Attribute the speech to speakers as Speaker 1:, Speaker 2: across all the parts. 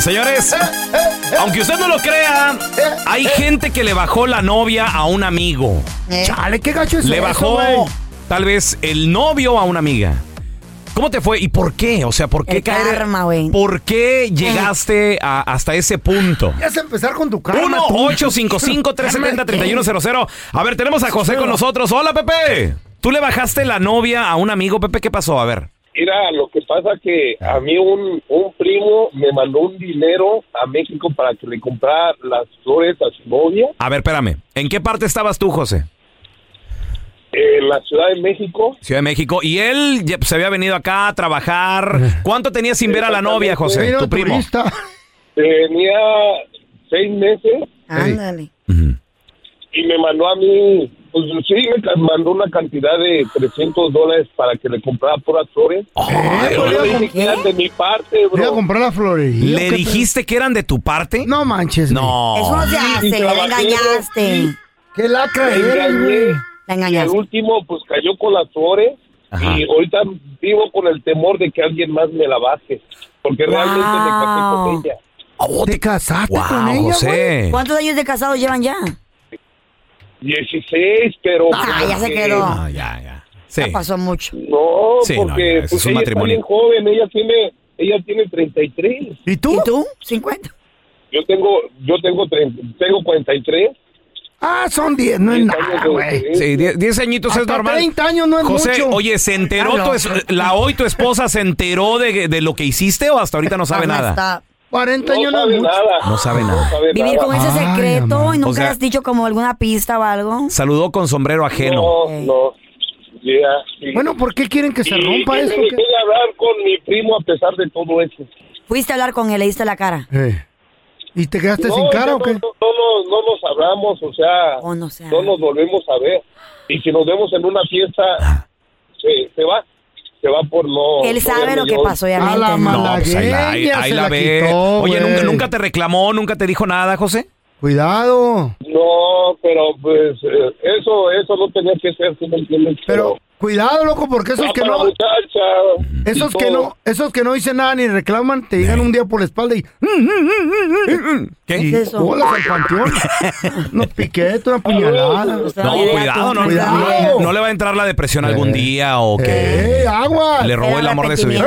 Speaker 1: Señores, aunque usted no lo crea, hay gente que le bajó la novia a un amigo.
Speaker 2: Chale, qué gacho es
Speaker 1: ¿Eh? Le
Speaker 2: eso,
Speaker 1: bajó
Speaker 2: güey?
Speaker 1: tal vez el novio a una amiga. ¿Cómo te fue y por qué? O sea, ¿por qué
Speaker 3: El karma, güey. Eh.
Speaker 1: ¿Por qué llegaste a- hasta ese punto?
Speaker 2: Ya se empezar con tu cara.
Speaker 1: 1-855-370-3100. A ver, tenemos a José con nosotros. Hola, Pepe. Tú le bajaste la novia a un amigo, Pepe. ¿Qué pasó? A ver.
Speaker 4: Mira, lo que pasa que a mí un, un primo me mandó un dinero a México para que le comprara las flores a su novia
Speaker 1: A ver, espérame. ¿En qué parte estabas tú, José?
Speaker 4: en la Ciudad de México.
Speaker 1: Ciudad de México. Y él ya se había venido acá a trabajar. ¿Cuánto tenía sin ver a la novia, José?
Speaker 2: Mira,
Speaker 1: Tu primo.
Speaker 2: turista.
Speaker 4: Tenía seis meses
Speaker 3: Ándale.
Speaker 4: y me mandó a mí, pues sí, me ca- mandó una cantidad de 300 dólares para que le comprara puras flores.
Speaker 2: ¿Eh?
Speaker 4: Pero yo le dije que eran de mi parte,
Speaker 2: Voy a
Speaker 4: bro.
Speaker 2: comprar la florería.
Speaker 1: ¿Le
Speaker 2: ¿Qué
Speaker 1: dijiste que eran de tu parte?
Speaker 2: pe- No manches. güey.
Speaker 3: Eso no
Speaker 1: No.
Speaker 3: se hace,
Speaker 4: sí,
Speaker 3: la
Speaker 4: caballero.
Speaker 3: engañaste.
Speaker 2: Qué lacra
Speaker 4: Me
Speaker 2: eres,
Speaker 4: engañé.
Speaker 2: güey.
Speaker 3: La
Speaker 4: Y al
Speaker 3: engañaste.
Speaker 4: último, pues cayó con las flores.
Speaker 1: Ajá.
Speaker 4: Y ahorita vivo con el temor de que alguien más me la baje. Porque realmente me casé
Speaker 3: Wow.
Speaker 4: con ella.
Speaker 2: ¿Te casaste con
Speaker 1: Wow,
Speaker 2: ella, güey?
Speaker 1: Oh, José.
Speaker 3: ¿Cuántos años de casado llevan ya?
Speaker 4: 16, pero.
Speaker 3: Ah, ya se
Speaker 4: porque-
Speaker 3: quedó.
Speaker 1: Ah, ya, ya. Sí.
Speaker 3: Ya pasó mucho.
Speaker 4: No,
Speaker 1: Sí, no,
Speaker 4: porque
Speaker 1: ya, ese es
Speaker 4: pues,
Speaker 1: un
Speaker 4: ella
Speaker 1: matrimonio.
Speaker 4: está bien joven, ella tiene, ella tiene 33.
Speaker 2: ¿Y tú?
Speaker 3: ¿Y tú? ¿50?
Speaker 4: Yo tengo, yo tengo, 30 tengo 43.
Speaker 2: Ah, son 10, no es
Speaker 4: Diez
Speaker 2: nada,
Speaker 4: años de
Speaker 2: güey.
Speaker 4: diferencia.
Speaker 1: Sí, 10 añitos es
Speaker 2: Hasta
Speaker 1: normal.
Speaker 2: 30 años no es
Speaker 1: José,
Speaker 2: mucho.
Speaker 1: oye, ¿se enteró tu es- la hoy tu esposa se enteró de, de lo que hiciste o hasta ahorita no sabe
Speaker 3: Ah,
Speaker 1: nada?
Speaker 3: está.
Speaker 2: 40
Speaker 4: No
Speaker 2: años no
Speaker 4: sabe
Speaker 2: es mucho.
Speaker 4: nada.
Speaker 1: No sabe nada.
Speaker 4: sabe
Speaker 3: Vivir
Speaker 4: nada.
Speaker 3: con ese
Speaker 2: Ay,
Speaker 3: secreto
Speaker 2: amor.
Speaker 3: y nunca
Speaker 1: O sea-
Speaker 3: le has dicho como alguna pista o algo.
Speaker 1: Saludó con sombrero ajeno.
Speaker 4: No, no. Yeah, sí.
Speaker 2: Bueno, ¿por qué quieren que se
Speaker 4: Y
Speaker 2: rompa
Speaker 4: yo
Speaker 2: esto?
Speaker 4: me
Speaker 2: ¿Qué-
Speaker 4: dejé de hablar con mi primo a pesar de todo eso.
Speaker 3: Fuiste a hablar con él, le diste la cara.
Speaker 2: Eh. ¿Y te quedaste
Speaker 4: No,
Speaker 2: sin
Speaker 4: ya
Speaker 2: cara o
Speaker 4: no,
Speaker 2: qué?
Speaker 4: No, no, nos- no nos hablamos, o sea,
Speaker 3: Oh, no se
Speaker 4: no nos volvemos a ver. Y si nos vemos en una
Speaker 1: Ah.
Speaker 4: fiesta, se, se va, se va por no.
Speaker 3: Él
Speaker 4: no
Speaker 3: sabe
Speaker 4: verme
Speaker 3: lo que
Speaker 4: yo.
Speaker 3: pasó,
Speaker 2: A
Speaker 3: obviamente.
Speaker 2: la
Speaker 3: ¿no?
Speaker 2: mala.
Speaker 1: pues ahí la, ahí-
Speaker 2: Malagueña
Speaker 1: ahí
Speaker 2: se
Speaker 1: la
Speaker 2: la
Speaker 1: ve.
Speaker 2: quitó,
Speaker 1: Oye,
Speaker 2: güey.
Speaker 1: nunca, nunca te reclamó, nunca te dijo nada, José.
Speaker 2: Cuidado.
Speaker 4: No, pero pues eh, eso, eso no tenía que ser, ¿sí me entiendes?
Speaker 2: Pero, Cuidado, loco, porque esos que no. Esos que no, esos que no dicen nada ni reclaman, te llegan un día por la espalda y. "Mm,
Speaker 1: ¿Qué?
Speaker 2: Y
Speaker 1: ¿Qué es eso?
Speaker 2: bolas al panteón. Unos piquetes, una puñalada.
Speaker 3: Uh,
Speaker 1: No, cuidado, no, no, no le va a entrar la depresión algún día o que
Speaker 2: ¡Eh, agua!
Speaker 1: le robó el amor de su vida.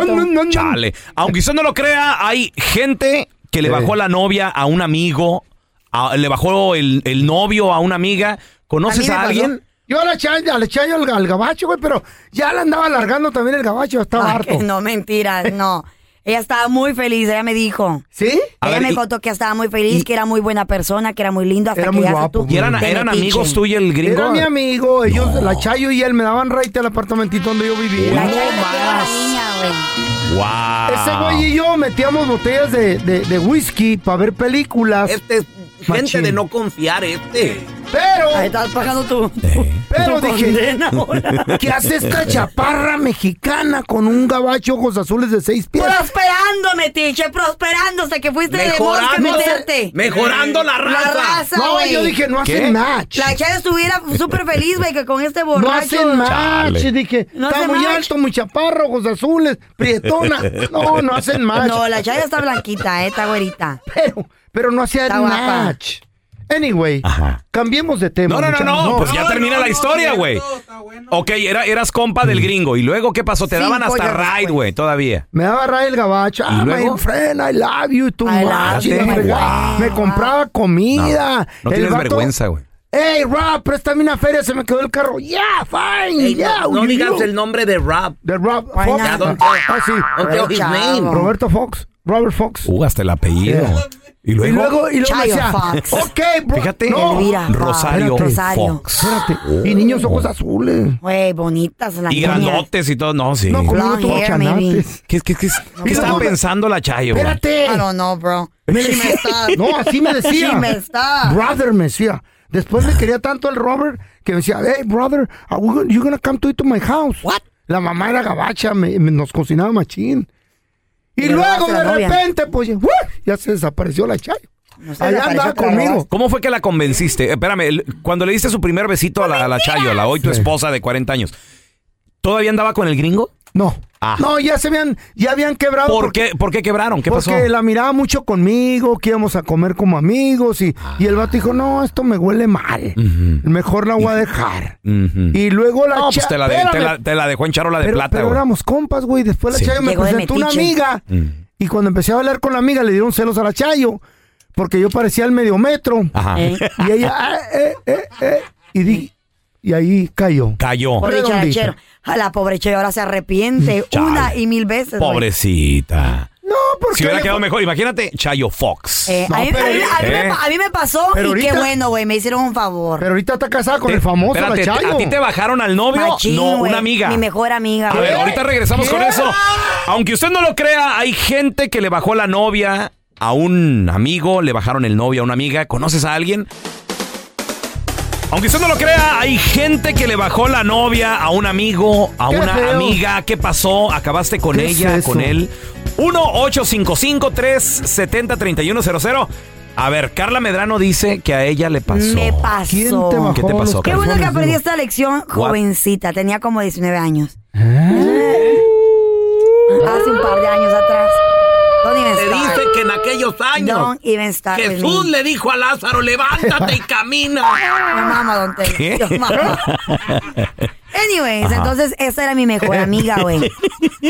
Speaker 1: Chale. Aunque usted no lo crea, hay gente que le bajó la novia a un amigo, a- le bajó el, el novio a una amiga. ¿Conoces a,
Speaker 2: mí me pasó.
Speaker 1: alguien?
Speaker 2: Yo a la chayo, a la chayo al, al gabacho, güey, pero ya la andaba alargando también el gabacho, estaba
Speaker 3: Ay,
Speaker 2: harto.
Speaker 3: Ah, que No, mentiras, no. Ella estaba muy feliz, ella me dijo.
Speaker 2: ¿Sí?
Speaker 1: A
Speaker 3: Ella
Speaker 1: ver,
Speaker 3: me
Speaker 1: y-
Speaker 3: contó que estaba muy feliz, que era muy buena persona, que era muy lindo. Hasta que llegaste tú
Speaker 1: ¿Y eran,
Speaker 3: de
Speaker 1: eran
Speaker 3: metiche.
Speaker 1: amigos tuyos el gringo?
Speaker 2: Era mi amigo, ellos, la Chayo y él me daban raite al apartamentito donde yo vivía.
Speaker 3: La
Speaker 2: No
Speaker 3: Chayo
Speaker 2: más.
Speaker 1: ¡Wow!
Speaker 2: Ese güey y yo metíamos botellas de, de- de whisky para ver películas.
Speaker 5: Este es gente
Speaker 2: Machín.
Speaker 5: de no confiar, este.
Speaker 2: Pero.
Speaker 3: Ahí estás pagando tú.
Speaker 2: Pero
Speaker 3: Tu
Speaker 2: dije,
Speaker 3: condena ahora.
Speaker 2: ¿qué hace esta chaparra mexicana con un gabacho ojos azules de seis pies?
Speaker 3: Prosperando, metiche, prosperando hasta que fuiste de mosca a
Speaker 5: Mejorándose,
Speaker 3: meterte.
Speaker 5: mejorando la raza.
Speaker 3: La raza,
Speaker 2: Ah, No,
Speaker 3: güey.
Speaker 2: yo dije, no hacen
Speaker 3: ¿Qué?
Speaker 2: match.
Speaker 3: La Chayo estuviera súper feliz, güey, que con este
Speaker 2: No
Speaker 3: borracho.
Speaker 2: hacen match,
Speaker 1: Chale.
Speaker 2: dije.
Speaker 3: No
Speaker 2: está
Speaker 3: hacen
Speaker 2: muy
Speaker 3: match.
Speaker 2: alto, muy chaparro, ojos azules, prietona. No, no hacen match.
Speaker 3: No, la Chayo está blanquita, eh, está güerita.
Speaker 2: Pero, pero no hacían
Speaker 3: Está guapa.
Speaker 2: match. Anyway, cambiemos de
Speaker 1: No,
Speaker 2: tema.
Speaker 1: no, no,
Speaker 2: muchachos.
Speaker 1: no, pues ya termina la historia, güey. ok, era, eras compa del gringo. ¿Y luego qué pasó? Te
Speaker 2: Cinco
Speaker 1: daban hasta
Speaker 2: ya
Speaker 1: ride,
Speaker 2: después.
Speaker 1: güey, todavía.
Speaker 2: Me daba raya el gabacho. Ah,
Speaker 1: luego?
Speaker 2: my friend, I love you too
Speaker 3: I love
Speaker 2: much. Y la
Speaker 1: you.
Speaker 2: fregada. Me compraba comida.
Speaker 1: No
Speaker 2: El
Speaker 1: tienes
Speaker 2: vato,
Speaker 1: vergüenza, güey.
Speaker 2: Hey, Rob, préstame una feria. Se me quedó el carro. Yeah, fine.
Speaker 5: Ey,
Speaker 2: yeah,
Speaker 5: no no
Speaker 2: you
Speaker 5: digas
Speaker 2: do.
Speaker 5: el nombre de rap.
Speaker 2: De Rob
Speaker 3: Why
Speaker 2: Fox.
Speaker 3: not?
Speaker 5: Ya, don Teo.
Speaker 2: Ah, sí.
Speaker 5: Don Teo, his
Speaker 3: Chavo.
Speaker 5: name.
Speaker 2: Roberto Fox. Robert Fox.
Speaker 1: Uh, hasta el apellido.
Speaker 2: Yeah.
Speaker 1: Y luego,
Speaker 2: Y luego, y luego me
Speaker 3: Chayo
Speaker 2: decía,
Speaker 3: Fox.
Speaker 2: ok, bro.
Speaker 1: fíjate,
Speaker 2: no,
Speaker 3: Elvira.
Speaker 1: Rosario,
Speaker 3: Espérate. Rosario.
Speaker 1: Fox. Oh.
Speaker 2: espérate. Y niños ojos azules.
Speaker 3: Güey, bonitas las
Speaker 1: Y
Speaker 3: niñas.
Speaker 1: grandotes y todo. No, sí.
Speaker 2: No, como no
Speaker 3: Blonde
Speaker 2: tuvo
Speaker 3: hair,
Speaker 2: chanates.
Speaker 1: ¿Qué, qué, qué, qué estaba pensando la Chayo, güey?
Speaker 2: Espérate.
Speaker 3: I don't know, bro.
Speaker 2: Me
Speaker 3: She
Speaker 2: decía-
Speaker 3: messed up.
Speaker 2: No, así me decía.
Speaker 3: She messed up.
Speaker 2: Brother me decía. Después me quería tanto el Robert que me decía, hey, brother, are we gonna- you gonna come to, eat to my house?
Speaker 3: What?
Speaker 2: La mamá era gabacha, me- me- nos cocinaba machín. Y,
Speaker 3: Y le
Speaker 2: luego
Speaker 3: robaste la
Speaker 2: de
Speaker 3: novia.
Speaker 2: repente, pues, ¡uh! ya se desapareció la chayo.
Speaker 3: No se
Speaker 2: Allá
Speaker 3: desapareció,
Speaker 2: andaba
Speaker 3: te la
Speaker 2: conmigo.
Speaker 3: robaste.
Speaker 1: ¿Cómo fue que la convenciste? Eh, Espérame, el- cuando le diste su primer besito a la, a la Chayo, a la hoy tu esposa de 40 años, ¿todavía andaba con el gringo?
Speaker 2: No.
Speaker 1: Ah.
Speaker 2: No, ya se habían, ya habían quebrado.
Speaker 1: ¿Por
Speaker 2: Ah, porque-
Speaker 1: qué, ¿Por qué quebraron? ¿Qué pasó?
Speaker 2: Porque la miraba mucho conmigo, que íbamos a comer como amigos y, y el vato dijo, no, esto me huele mal. Mejor la voy a dejar.
Speaker 1: Ujú.
Speaker 2: Y luego la
Speaker 1: No, pues
Speaker 2: cha-
Speaker 1: te la, de- te,
Speaker 2: espérame,
Speaker 1: la, te la dejó en charola de
Speaker 2: pero,
Speaker 1: plata,
Speaker 2: pero
Speaker 1: güey.
Speaker 2: éramos compas, güey. Después la
Speaker 1: Sí.
Speaker 2: Chayo me
Speaker 3: Llegó de
Speaker 2: presentó una
Speaker 3: metiche.
Speaker 2: amiga.
Speaker 1: Mm.
Speaker 2: Y cuando empecé a hablar con la amiga, le dieron celos a la Chayo. Porque yo parecía el medio metro.
Speaker 1: Ajá.
Speaker 3: Eh.
Speaker 2: Y ella, "Ah, eh, eh, eh", y, di- y ahí cayó.
Speaker 1: Cayó.
Speaker 3: Pobre
Speaker 2: Redondita.
Speaker 3: Chayachero. A la pobre Chayo ahora se arrepiente
Speaker 1: Chale.
Speaker 3: una y mil veces. güey.
Speaker 1: Pobrecita.
Speaker 2: No, porque...
Speaker 1: Si hubiera
Speaker 2: le-
Speaker 1: quedado mejor, imagínate, Chayo Fox.
Speaker 3: Eh,
Speaker 2: No,
Speaker 3: a, mí,
Speaker 2: pero-
Speaker 3: a mí- a mí me,
Speaker 1: Eh.
Speaker 3: a mí me pasó y
Speaker 2: Pero
Speaker 3: qué
Speaker 2: ahorita-
Speaker 3: bueno, güey, me hicieron un favor.
Speaker 2: Pero ahorita está casada con
Speaker 1: Te-
Speaker 2: el famoso,
Speaker 1: espérate,
Speaker 2: la
Speaker 1: te-
Speaker 2: Chayo.
Speaker 1: ¿A ti te bajaron al novio?
Speaker 3: Machín,
Speaker 1: no,
Speaker 3: güey,
Speaker 1: una amiga.
Speaker 3: Mi mejor amiga.
Speaker 1: A
Speaker 3: güey.
Speaker 1: ver, ahorita regresamos con eso. Aunque usted no lo crea, hay gente que le bajó la novia a un amigo, le bajaron el novio a una amiga. ¿Conoces a alguien? Aunque usted no lo crea, hay gente que le bajó la novia a un amigo, a
Speaker 2: Qué
Speaker 1: una
Speaker 2: feo.
Speaker 1: amiga. ¿Qué pasó? ¿Acabaste con
Speaker 2: ¿Qué es
Speaker 1: ella,
Speaker 2: eso?
Speaker 1: con él? 1-855-370-3100. A ver, Carla Medrano dice que a ella le pasó.
Speaker 3: Me pasó.
Speaker 2: ¿Quién te bajó
Speaker 1: ¿Qué te pasó,
Speaker 2: los
Speaker 3: Qué bueno que
Speaker 2: calzones,
Speaker 3: aprendí
Speaker 2: digo?
Speaker 3: esta lección jovencita. Tenía como 19 años.
Speaker 2: ¿Eh?
Speaker 3: Hace un par de años atrás. Don't even
Speaker 5: Te
Speaker 3: start.
Speaker 5: dice que en aquellos años
Speaker 3: Don't even start with
Speaker 5: Jesús
Speaker 3: me.
Speaker 5: le dijo a Lázaro, levántate y camina.
Speaker 3: Me mama, don Telo.
Speaker 1: ¿Qué?
Speaker 3: Yo mama. Anyways, entonces esa era mi mejor amiga, güey.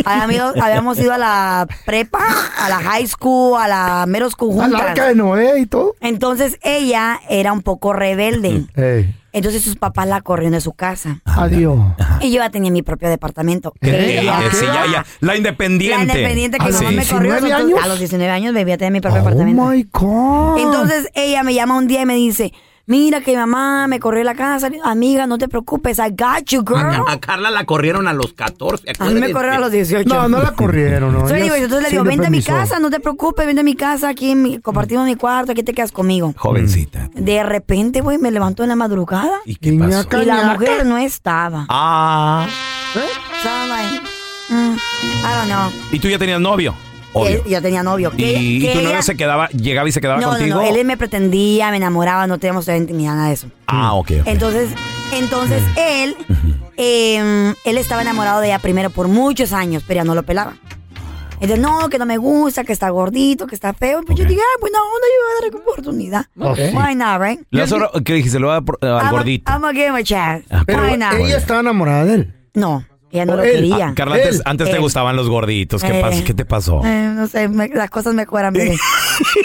Speaker 3: Habíamos, habíamos ido a la prepa, a la high school, a la mero school
Speaker 2: Al
Speaker 3: juntas.
Speaker 2: arca de Noé y todo.
Speaker 3: Entonces ella era un poco
Speaker 2: Mm.
Speaker 3: rebelde.
Speaker 2: Ey,
Speaker 3: Entonces sus papás la corrieron de su
Speaker 1: Ah,
Speaker 3: casa.
Speaker 2: adiós.
Speaker 3: Y yo ya tenía mi propio departamento.
Speaker 1: ¿Qué?
Speaker 3: ¿Qué?
Speaker 1: Eh, sí, ya, ya. La
Speaker 3: La
Speaker 1: independiente. Ah,
Speaker 3: independiente que
Speaker 2: ¿A
Speaker 3: mi
Speaker 2: los
Speaker 3: mamá me
Speaker 2: 19
Speaker 3: corrió. entonces,
Speaker 2: años?
Speaker 3: A los 19 años bebía tener mi propio apartamento.
Speaker 2: Oh, my God.
Speaker 3: Entonces ella me llama un día y me dice, mira que mi mamá me corrió de la casa. Le digo, Amiga, no te preocupes, I got you, girl.
Speaker 5: A Carla la corrieron a los 14.
Speaker 3: A mí me corrieron a los 18.
Speaker 2: No, no la corrieron, no.
Speaker 3: Entonces, le
Speaker 2: Ella
Speaker 3: digo, entonces le
Speaker 2: sí
Speaker 3: digo, vente a mi
Speaker 2: permiso.
Speaker 3: casa, no te preocupes, vente a mi casa, aquí en mi- compartimos mi cuarto, aquí te quedas conmigo.
Speaker 1: Jovencita.
Speaker 3: De repente, güey, me levantó en la madrugada
Speaker 1: ¿Y qué
Speaker 2: Niña
Speaker 1: pasó?
Speaker 2: ca-
Speaker 3: y la
Speaker 2: Cañaca.
Speaker 3: mujer no estaba.
Speaker 1: Ah.
Speaker 3: So I'm like, ¿Eh? mm, I don't know.
Speaker 1: ¿Y tú ya tenías novio? Obvio.
Speaker 3: Y- Yo tenía novio.
Speaker 1: ¿Y,
Speaker 3: Que-
Speaker 1: y
Speaker 3: que
Speaker 1: tu novio
Speaker 3: ella-
Speaker 1: se quedaba, llegaba y se quedaba
Speaker 3: no, no,
Speaker 1: contigo?
Speaker 3: no, él me pretendía, me enamoraba, no teníamos todavía intimidad, nada de eso.
Speaker 1: Ah, ok. ok.
Speaker 3: Entonces, entonces pues, él eh, él estaba enamorado de ella primero por muchos años, pero ya no lo pelaba. Entonces, no, que no me gusta, que está gordito, que está feo. Pues yo dije, ah, buena onda, yo voy a darle una oportunidad.
Speaker 1: Ok.
Speaker 3: Why not, right?
Speaker 1: La zorra- ¿Qué dije? Se lo va a pro- eh, al
Speaker 3: I'm a-
Speaker 1: gordito. Ah,
Speaker 3: I'm a give him a chance.
Speaker 1: Pero
Speaker 3: Why not?
Speaker 1: ella
Speaker 2: estaba enamorada de él.
Speaker 3: No, ella no lo quería.
Speaker 1: Ah, Carla, antes, antes te
Speaker 3: Él.
Speaker 1: gustaban los gorditos. ¿Qué,
Speaker 3: Eh.
Speaker 1: pas- qué te pasó?
Speaker 3: Eh, no sé, me- las cosas me cueran, mire.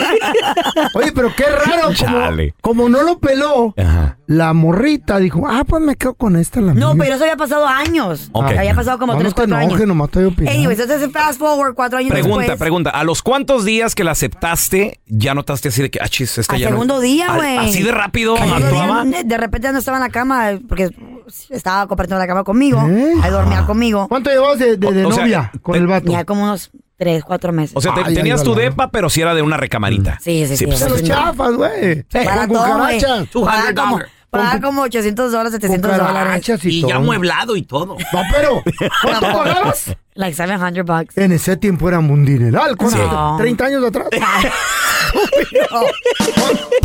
Speaker 2: ah, Oye, pero qué raro,
Speaker 1: Chale.
Speaker 2: como, como no lo peló, la morrita dijo, ah, pues me quedo con esta la
Speaker 3: No,
Speaker 2: mía".
Speaker 3: pero eso había pasado años.
Speaker 1: Ok.
Speaker 3: Había pasado como
Speaker 2: No,
Speaker 3: tres,
Speaker 2: no te
Speaker 3: cuatro
Speaker 2: enojes,
Speaker 3: años.
Speaker 2: nomás estoy opinando.
Speaker 3: Anyways, entonces fast forward cuatro años
Speaker 1: Pregunta,
Speaker 3: después.
Speaker 1: pregunta. ¿A los cuántos días que la aceptaste ya notaste así de que, ah, chis, esta
Speaker 3: Al
Speaker 1: ya no-
Speaker 3: segundo día,
Speaker 1: Al-
Speaker 3: güey.
Speaker 1: Así de rápido
Speaker 3: Al segundo día,
Speaker 1: actuaba.
Speaker 3: de- de repente ya no estaba en la cama porque estaba compartiendo la cama conmigo.
Speaker 2: ¿Eh?
Speaker 3: Ahí dormía conmigo.
Speaker 2: ¿Cuánto llevabas de,
Speaker 1: de O- o sea, novia
Speaker 3: con el vato? Ya como unos tres, cuatro meses.
Speaker 1: O sea, te- tenías tu depa, pero si era de una recamarita.
Speaker 3: Sí, sí, sí.
Speaker 1: pues,
Speaker 3: Pero
Speaker 2: chafas, güey.
Speaker 3: Para
Speaker 2: Con
Speaker 3: todo, güey.
Speaker 2: cucarachas.
Speaker 3: Para como,
Speaker 5: $200.
Speaker 3: para como 800 dólares, 700 dólares.
Speaker 5: y ya mueblado y todo.
Speaker 2: No, pero, ¿cuánto pagabas?
Speaker 3: Like 700 bucks.
Speaker 2: En ese tiempo era un dineral, con
Speaker 3: Sí. No.
Speaker 2: 30 años atrás.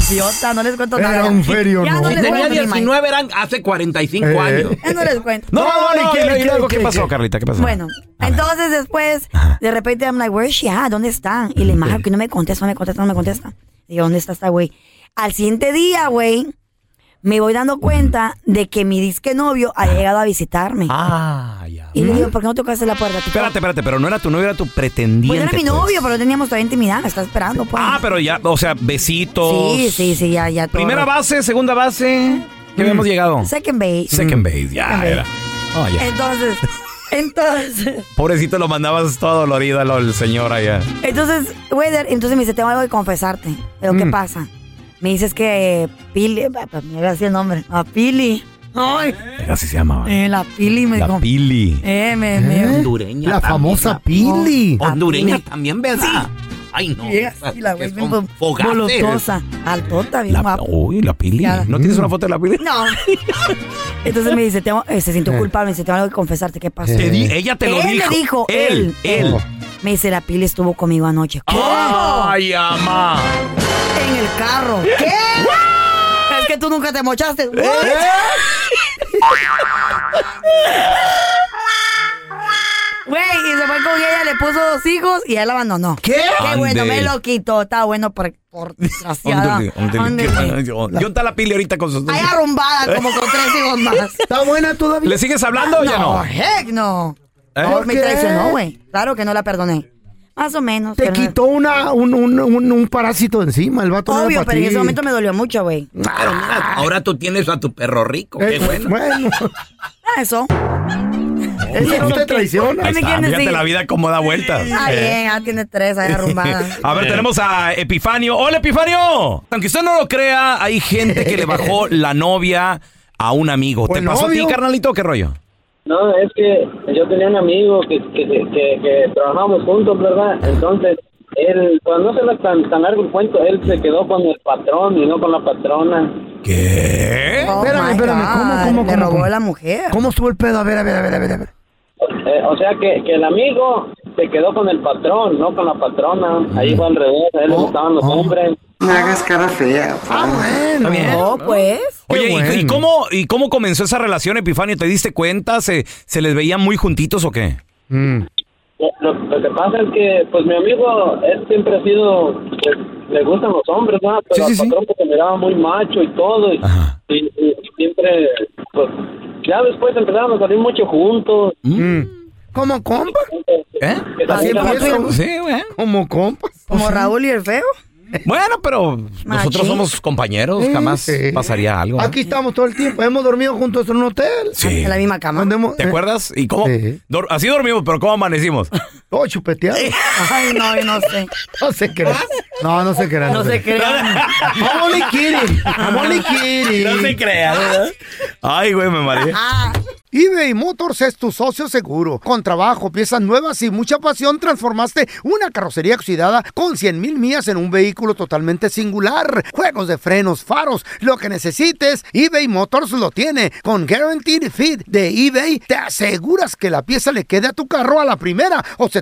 Speaker 3: Idiota, no les cuento
Speaker 2: Era
Speaker 3: nada.
Speaker 2: un ferio,
Speaker 3: ya
Speaker 2: ¿no?
Speaker 3: no les
Speaker 5: Tenía
Speaker 3: cuento ni más.
Speaker 5: 19, eran hace 45
Speaker 1: Eh.
Speaker 5: años.
Speaker 3: Ya no les cuento.
Speaker 1: No, no, no,
Speaker 2: ¿qué,
Speaker 1: y-
Speaker 2: qué,
Speaker 1: y luego, ¿qué,
Speaker 2: qué,
Speaker 1: pasó,
Speaker 2: qué?
Speaker 1: Carlita? ¿Qué pasó?
Speaker 3: Bueno, entonces después, de repente, I'm like, where is she at? ¿Dónde está? Y la imagen que no me contesta, no me contesta, no me contesta. Digo, ¿dónde está esta güey? Al siguiente día, güey, me voy dando cuenta de que mi disque novio ha llegado a visitarme.
Speaker 1: Ah, ya.
Speaker 3: Y le digo, ¿por qué no tocaste la puerta? Tipo,
Speaker 1: Espérate, espérate, pero no era tu novio, era tu pretendiente.
Speaker 3: Pues era mi
Speaker 1: pues.
Speaker 3: novio, pero no teníamos todavía intimidad, me está esperando, pues.
Speaker 1: Ah, pero ya, o sea, besitos.
Speaker 3: Sí, sí, sí, ya, ya. todo.
Speaker 1: Primera base, segunda base. ¿Qué
Speaker 3: Mm.
Speaker 1: habíamos llegado? Mm.
Speaker 3: Second base.
Speaker 1: Second base, ya
Speaker 3: Second base.
Speaker 1: era. Oh, ya.
Speaker 3: Entonces, entonces,
Speaker 1: Pobrecito, lo mandabas todo dolorido al- al señor allá.
Speaker 3: entonces, güey, de- entonces me dice, tengo algo que confesarte. Pero, ¿qué
Speaker 1: Mm.
Speaker 3: pasa? Me dices que eh, Pili, ah, pues, me había sido el nombre, a Pili. Ay,
Speaker 1: Era así se llamaba.
Speaker 3: eh, la Pili me
Speaker 1: La
Speaker 3: dijo.
Speaker 1: Pili.
Speaker 3: Eh, me, me-
Speaker 5: Hondureña.
Speaker 2: La
Speaker 5: también,
Speaker 2: famosa
Speaker 5: la-
Speaker 2: Pili.
Speaker 5: Hondureña también, ¿verdad? Ay, no.
Speaker 3: Llega así la
Speaker 5: que
Speaker 3: güey,
Speaker 5: son
Speaker 3: bien
Speaker 5: fogaces.
Speaker 3: voluptuosa, altota, bien
Speaker 1: La,
Speaker 3: guapa.
Speaker 1: uy, la Pili. ¿No tienes una foto de la Pili?
Speaker 3: No. Entonces me dice, tengo- eh, se sintió culpable, me dice, tengo algo que confesarte, ¿qué pasó?
Speaker 1: Te di- ella te lo
Speaker 3: Él
Speaker 1: dijo.
Speaker 3: me dijo,
Speaker 1: Él,
Speaker 3: él,
Speaker 1: él.
Speaker 3: Me dice, la pili estuvo conmigo anoche. ¿Qué?
Speaker 1: Ay, ama.
Speaker 3: En el carro. ¿Qué? Es que tú nunca te mochaste. ¿Eh? Güey, y se fue con ella, le puso dos hijos y él la abandonó. ¿Qué? Qué bueno,
Speaker 1: Ande.
Speaker 3: me lo quitó. Está bueno por, por desgraciada.
Speaker 1: Ándale, ándale. Qué bueno, Yo yo está la Pili ahorita con sus dos
Speaker 3: Ahí
Speaker 1: hijos.
Speaker 3: arrumbada, como con tres hijos más.
Speaker 2: ¿Está buena todavía?
Speaker 1: ¿Le sigues hablando o ya no?
Speaker 3: heck no.
Speaker 1: ¿Eh?
Speaker 3: No,
Speaker 1: ¿Por
Speaker 3: me
Speaker 1: qué?
Speaker 3: traicionó, güey. Claro que no la perdoné. Más o menos.
Speaker 2: Te
Speaker 3: pero no-
Speaker 2: quitó una, un, un, un, un parásito de encima, el vato no era
Speaker 3: Obvio,
Speaker 2: pa'
Speaker 3: pero en
Speaker 2: ti.
Speaker 3: ese momento me dolió mucho, güey.
Speaker 5: Pero mira, ahora tú tienes a tu perro rico. Qué
Speaker 2: Eh,
Speaker 5: bueno.
Speaker 2: bueno,
Speaker 3: Ah, eso.
Speaker 2: eso no te traiciona.
Speaker 1: Ahí
Speaker 3: ¿Qué
Speaker 1: está,
Speaker 3: me quieren
Speaker 1: fíjate
Speaker 3: decir?
Speaker 1: la vida como da vueltas.
Speaker 3: Está
Speaker 1: Eh.
Speaker 3: bien, ah, tiene tres ahí arrumbadas.
Speaker 1: A ver, tenemos a Epifanio. ¡Hola, Epifanio! Aunque usted no lo crea, hay gente que le bajó la novia a un amigo.
Speaker 6: ¿O
Speaker 3: Pues
Speaker 1: ¿Te
Speaker 6: el
Speaker 1: pasó a ti,
Speaker 6: novio?
Speaker 1: carnalito? o ¿Qué rollo?
Speaker 6: No, es que yo tenía un amigo que, que, que- que trabajamos juntos, ¿verdad? Entonces, él, pues no se la tan, tan largo el cuento, él se quedó con el patrón y no con la patrona.
Speaker 1: ¿Qué?
Speaker 3: Oh
Speaker 2: espérame,
Speaker 3: my
Speaker 2: espérame.
Speaker 3: God,
Speaker 2: ¿Cómo, cómo,
Speaker 3: le
Speaker 2: cómo?
Speaker 3: robó
Speaker 2: cómo?
Speaker 3: la mujer.
Speaker 2: ¿Cómo estuvo el pedo? A ver, a ver, a ver, a ver. A ver.
Speaker 6: Eh, o sea que, que el amigo se quedó con el patrón, no con la patrona. Ahí fue al revés, a él le gustaban los hombres.
Speaker 7: No hagas cara fea.
Speaker 1: ¿Está bien?
Speaker 2: Oh,
Speaker 3: No, pues.
Speaker 1: Oye, ¿y- ¿y, cómo, ¿y cómo comenzó esa relación, Epifanio? ¿Te diste cuenta? ¿Se, se les veían muy juntitos o qué?
Speaker 6: Eh, Lo, lo que pasa es que, pues mi amigo, él siempre ha sido, pues, le gustan los hombres, ¿verdad? Pero
Speaker 1: Sí, sí,
Speaker 6: al
Speaker 1: sí.
Speaker 6: patrón pues, se miraba muy macho y todo. Y, y- y siempre, pues, ya después empezaron a salir mucho juntos.
Speaker 2: ¿Cómo compa?
Speaker 1: ¿Eh?
Speaker 2: Así
Speaker 6: Como
Speaker 2: empiezo.
Speaker 6: tú.
Speaker 1: Sí, güey.
Speaker 2: ¿Cómo compas?
Speaker 3: Como Raúl y el feo.
Speaker 1: Bueno, pero nosotros
Speaker 3: Machín.
Speaker 1: somos compañeros,
Speaker 2: Sí,
Speaker 1: jamás
Speaker 2: sí.
Speaker 1: pasaría algo. ¿no?
Speaker 2: Aquí estamos todo el tiempo. Hemos dormido juntos en un hotel. eh,
Speaker 1: Sí.
Speaker 3: En la misma cama.
Speaker 2: Andemos-
Speaker 1: ¿Te acuerdas? ¿Y cómo? Dor- así dormimos, pero ¿cómo amanecimos?
Speaker 2: Todo oh, chupeteado.
Speaker 3: Ay, no, yo no sé.
Speaker 2: No se crean. No, no se crean.
Speaker 3: No se crean.
Speaker 2: I'm only kidding. I'm only kidding.
Speaker 1: No se crean. ¿verdad?
Speaker 2: Ah.
Speaker 1: Ay, güey, me mareé.
Speaker 2: eBay Motors es tu socio seguro. Con trabajo, piezas nuevas y mucha pasión, transformaste una carrocería oxidada con 100 mil millas en un vehículo totalmente singular. Juegos de frenos, faros, lo que necesites, eBay Motors lo tiene. Con Guaranteed Fit de eBay, te aseguras que la pieza le quede a tu carro a la primera o se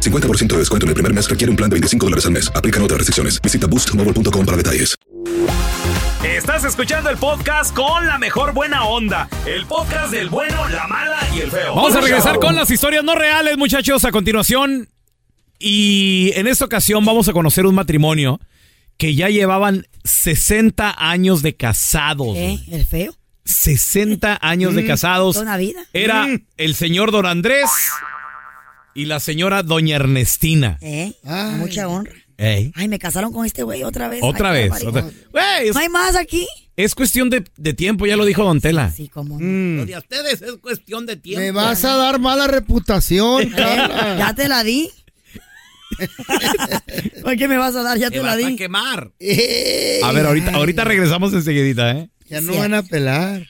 Speaker 8: 50% de descuento en el primer mes requiere un plan de 25 dólares al mes. Aplican otras restricciones. Visita boostmobile.com para detalles.
Speaker 9: Estás escuchando el podcast con la mejor buena onda. El podcast del bueno, la mala y el feo.
Speaker 1: Vamos a regresar con las historias no reales, muchachos, a continuación. Y en esta ocasión vamos a conocer un matrimonio que ya llevaban 60 años de casados.
Speaker 3: ¿Eh?
Speaker 1: güey.
Speaker 3: ¿El feo?
Speaker 1: 60 años de
Speaker 3: Mm,
Speaker 1: casados.
Speaker 3: toda una vida.
Speaker 1: Era
Speaker 3: Mm.
Speaker 1: el señor don Andrés y la señora doña Ernestina.
Speaker 3: ¿Eh? Mucha honra.
Speaker 1: Ey.
Speaker 3: Ay, me casaron con este güey otra vez.
Speaker 1: Otra
Speaker 3: Ay, qué
Speaker 1: vez.
Speaker 3: barbaridad.
Speaker 1: otra- Güey, es-
Speaker 3: ¿No hay más aquí?
Speaker 1: Es cuestión de, de tiempo, ya lo dijo Don Tela. Sí,
Speaker 3: como
Speaker 2: De ustedes es cuestión de tiempo.
Speaker 10: Me vas a dar mala reputación, Carla.
Speaker 3: Ya te la di. ¿Por qué me vas a dar? Ya te, la di.
Speaker 2: quemar.
Speaker 1: A ver, ahorita, ahorita regresamos enseguidita, ¿eh?
Speaker 10: Ya no van a pelar.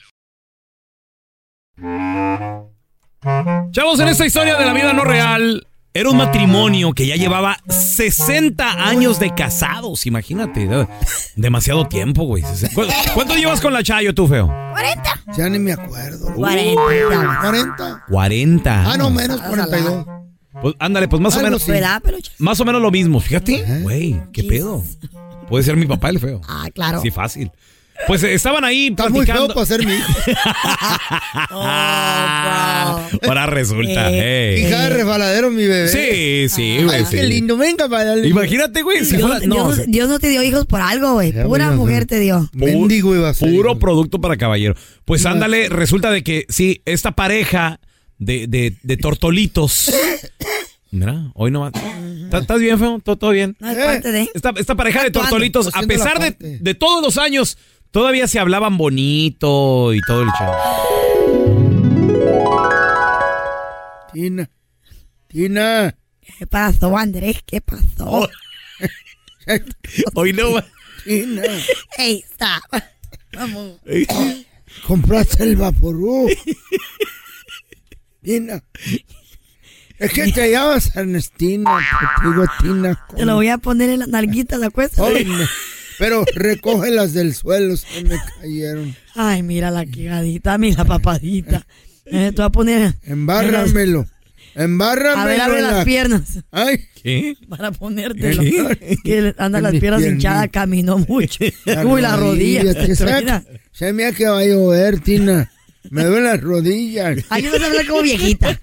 Speaker 1: Chavos, en esta historia de la vida no real, era un matrimonio que ya llevaba 60 años de casados, imagínate. ¿no? Demasiado tiempo, güey. ¿Cu- ¿Cuánto, llevas con la Chayo tú, feo?
Speaker 3: 40.
Speaker 10: Ya ni me acuerdo.
Speaker 3: 40.
Speaker 10: 40.
Speaker 1: 40.
Speaker 10: Ah, no, menos 42.
Speaker 1: Pues, ándale, pues más o
Speaker 10: Algo
Speaker 1: menos.
Speaker 10: sí. ¿Verdad,
Speaker 1: Más o menos lo mismo, fíjate. Güey, qué pedo. Puede ser mi papá el feo.
Speaker 3: Ah, claro.
Speaker 1: Sí, fácil. Pues eh, estaban ahí
Speaker 10: Estás muy feo
Speaker 1: platicando.
Speaker 10: para ser mi hijo.
Speaker 3: Oh,
Speaker 1: Ah, Ahora resulta,
Speaker 10: Eh,
Speaker 1: hey.
Speaker 10: Hija de resbaladero, mi bebé.
Speaker 1: Sí, sí, güey.
Speaker 10: Ah, qué
Speaker 1: sí.
Speaker 10: lindo, venga para el...
Speaker 1: Imagínate, güey, si
Speaker 3: Dios,
Speaker 1: fuera- no,
Speaker 3: Dios-
Speaker 1: o sea-
Speaker 3: Dios no te dio hijos por algo, güey. Pura
Speaker 1: voy a
Speaker 3: mujer te dio.
Speaker 1: Pu- Puro producto para caballero. Pues ándale, resulta de que sí, esta pareja de, de, de tortolitos. Mira, hoy no va. ¿Está- ¿Estás bien, feo? ¿Todo, todo bien?
Speaker 3: No es parte de.
Speaker 1: Esta, esta pareja de
Speaker 3: Actuando,
Speaker 1: tortolitos, a
Speaker 3: haciendo la
Speaker 1: pesar de,
Speaker 3: parte.
Speaker 1: de todos los años, todavía se hablaban bonito y todo el show.
Speaker 10: Tina. Tina.
Speaker 3: ¿Qué pasó, Andrés? ¿Qué pasó?
Speaker 1: Hoy no va.
Speaker 10: Tina.
Speaker 3: Ey, stop. Vamos.
Speaker 10: Compraste el vaporú. Tina. Es que te llamas Ernestina, te digo Tina.
Speaker 3: Te lo voy a poner en las nalguitas, ¿te acuerdas?
Speaker 10: Ay, no. Pero recógelas del suelo, se me cayeron.
Speaker 3: Ay, mira la quijadita, mira papadita. Eh, te voy a poner.
Speaker 10: Embárramelo. Embárramelo.
Speaker 3: A ver, abre
Speaker 10: en
Speaker 3: las
Speaker 10: la-
Speaker 3: piernas.
Speaker 10: Ay.
Speaker 1: ¿Qué?
Speaker 3: Para ponértelo.
Speaker 10: ¿Qué?
Speaker 3: Que le andan
Speaker 10: En
Speaker 3: las
Speaker 10: mis
Speaker 3: piernas
Speaker 10: piernas.
Speaker 3: hinchadas, caminó mucho. Uy, las rodillas.
Speaker 10: que
Speaker 3: Mira.
Speaker 10: se, se me ha que va a llover, Tina. Me duelen las rodillas.
Speaker 3: Ay, yo no sé hablar como viejita.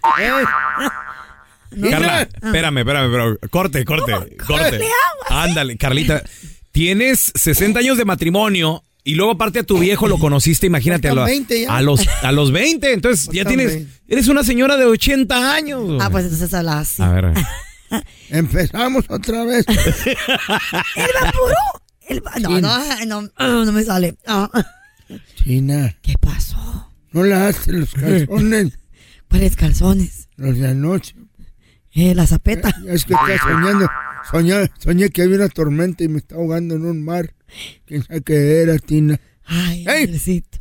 Speaker 3: No.
Speaker 1: Carla, espérame, espérame, pero corte, corte, corte.
Speaker 3: le hago
Speaker 1: Ándale, Carlita, tienes 60 años de matrimonio y luego aparte a tu viejo lo conociste, imagínate, a, lo-
Speaker 3: Están 20 ya.
Speaker 1: a los a los 20, entonces ya
Speaker 3: Están
Speaker 1: tienes
Speaker 3: 20.
Speaker 1: eres una señora de 80 años. güey.
Speaker 3: Ah, pues entonces hablaba así.
Speaker 1: A ver.
Speaker 10: Empezamos otra vez.
Speaker 3: ¿El vaporú? El va- No, no, no, ah, no me sale. Ah,
Speaker 10: Tina.
Speaker 3: ¿Qué pasó?
Speaker 10: No la haces los calzones.
Speaker 3: ¿Cuáles calzones?
Speaker 10: Los de anoche.
Speaker 3: Eh, la zapeta.
Speaker 10: Es que estaba soñando. Soñé, soñé que había una tormenta y me estaba ahogando en un mar. ¿Quién sabe qué era, Tina?
Speaker 3: Ay, Andresito.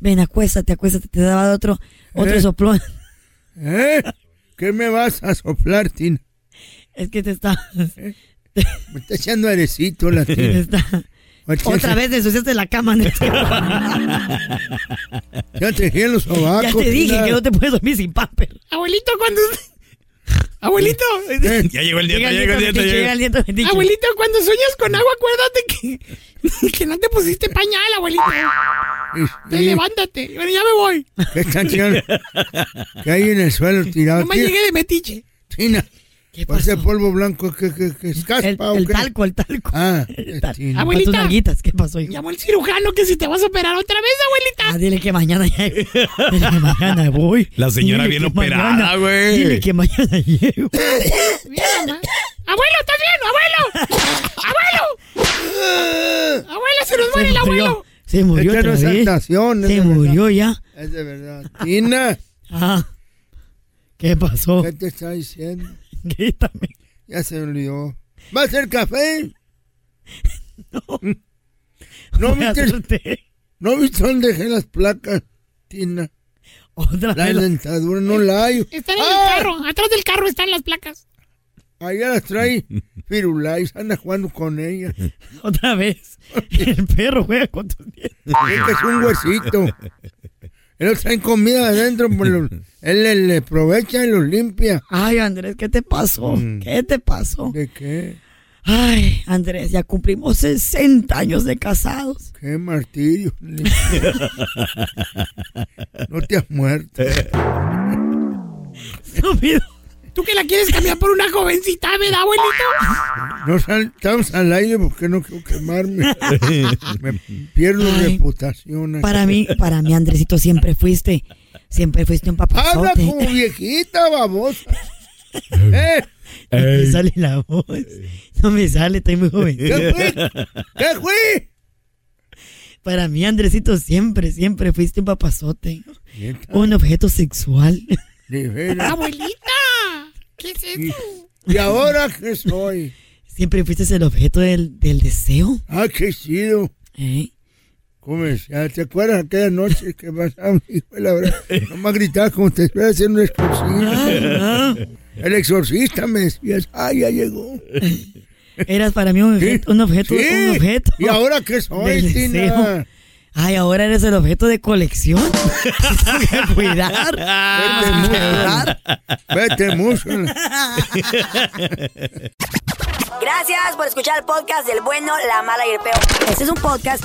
Speaker 3: Ven, acuéstate, acuéstate. Te daba otro, otro
Speaker 10: Eh.
Speaker 3: soplón.
Speaker 10: ¿Eh? ¿Qué me vas a soplar, Tina?
Speaker 3: Es que te está...
Speaker 10: ¿Eh? Me está echando airecito la Tina.
Speaker 3: Está- Otra vez ensuciaste la cama, Andresito.
Speaker 10: Ya te dije los
Speaker 3: Ya
Speaker 10: sobacos.
Speaker 3: te dije
Speaker 10: Tina.
Speaker 3: que no te puedes dormir sin papel. Abuelito, cuando. Abuelito.
Speaker 1: Ya llegó el
Speaker 3: Llega
Speaker 1: día,
Speaker 3: el
Speaker 1: llegó el
Speaker 3: nieto
Speaker 1: día.
Speaker 3: metiche, llega el nieto metiche. Abuelito,
Speaker 1: cuando sueñas con agua, acuérdate
Speaker 11: que, que no te pusiste pañal, abuelito. Te levántate. Bueno, ya me voy.
Speaker 10: ¿Qué están tirando? ¿Qué hay en el suelo tirado?
Speaker 11: Nomás
Speaker 10: Tina,
Speaker 11: llegué de metiche.
Speaker 10: Tina, Pues el polvo blanco que, que, que es caspa
Speaker 12: El,
Speaker 10: ¿o
Speaker 12: el
Speaker 10: qué?
Speaker 12: talco, el talco.
Speaker 10: Ah,
Speaker 12: sí.
Speaker 11: Abuelita.
Speaker 12: Para tus nalguitas, ¿qué pasó, hijo?
Speaker 11: Llamó el cirujano que si te vas a operar otra vez, abuelita.
Speaker 12: Ah, dile que mañana llego. Dile que mañana voy.
Speaker 13: La señora
Speaker 12: Dile
Speaker 13: bien
Speaker 12: que
Speaker 13: operada,
Speaker 12: mañana-
Speaker 13: güey.
Speaker 12: Dile que mañana llego.
Speaker 11: Mira nomás. Abuelo, ¿estás bien? ¡Abuelo! ¡Abuelo! ¡Abuelo, se nos muere el abuelo!
Speaker 12: Se murió
Speaker 10: Esta no
Speaker 12: otra
Speaker 10: es
Speaker 12: vez.
Speaker 10: actuación, es
Speaker 12: Se
Speaker 10: de
Speaker 12: murió ya.
Speaker 10: Es de verdad. Tina.
Speaker 12: Ah. ¿Qué pasó?
Speaker 10: ¿Qué te está diciendo?
Speaker 12: Grítame.
Speaker 10: Ya se me olvidó. ¿Va a hacer café? No. ¿No
Speaker 11: Voy a
Speaker 10: viste, ¿No viste dónde dejé las placas, Tina?
Speaker 12: Otra
Speaker 10: la
Speaker 11: vez la-
Speaker 10: dentadura no la hay.
Speaker 11: Están en el carro. Atrás del carro están las placas.
Speaker 10: Allá las trae Firulais, anda jugando con ella.
Speaker 12: Otra vez. El perro juega con tus dientes.
Speaker 10: Este es un huesito. Ellos traen comida adentro, pues los- él le, le aprovecha y los limpia.
Speaker 12: Ay, Andrés, ¿qué te pasó? ¿Qué te pasó?
Speaker 10: Mm. ¿De qué?
Speaker 12: Ay, Andrés, ya cumplimos 60 años de casados.
Speaker 10: Qué martirio. No te has muerto.
Speaker 11: ¿Tú que la quieres cambiar por una jovencita, verdad, abuelito?
Speaker 10: No sal- estamos al aire porque no quiero quemarme. Me pierdo
Speaker 12: Ay,
Speaker 10: reputación. aquí.
Speaker 12: Para mí, para mí, Andresito, siempre fuiste, siempre fuiste un
Speaker 10: Habla
Speaker 12: papazote.
Speaker 10: como viejita, babosa. ¿Eh?
Speaker 12: No me sale la voz. No me sale, estoy muy joven.
Speaker 10: ¿Qué fue? ¿Qué fue?
Speaker 12: Para mí, Andresito, siempre, siempre fuiste un papazote.
Speaker 10: ¿Neta?
Speaker 12: Un objeto sexual.
Speaker 10: De veras.
Speaker 11: ¡Abuelita! ¿Qué es eso?
Speaker 10: ¿Y ahora qué soy?
Speaker 12: Siempre fuiste el objeto del, del deseo.
Speaker 10: Ah, qué chido. ¿Cómo es? Ah, ¿Te acuerdas aquella noche que pasamos? Hijo de la verdad, nomás gritabas como te esperas hacer un
Speaker 12: Ah, ah.
Speaker 10: exorcista. El exorcista me decías, ah, ya llegó.
Speaker 12: Eras para mí un objeto, un objeto,
Speaker 10: Sí.
Speaker 12: un objeto.
Speaker 10: ¿Y ahora qué soy,
Speaker 12: del
Speaker 10: Tina?
Speaker 12: deseo. Ay, ahora eres el objeto de colección. Tengo que cuidar. tengo que cuidar.
Speaker 10: Vete mucho.
Speaker 3: Gracias por escuchar el podcast del bueno, la mala y el peor. Este es un podcast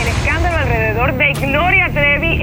Speaker 14: El escándalo alrededor de Gloria Trevi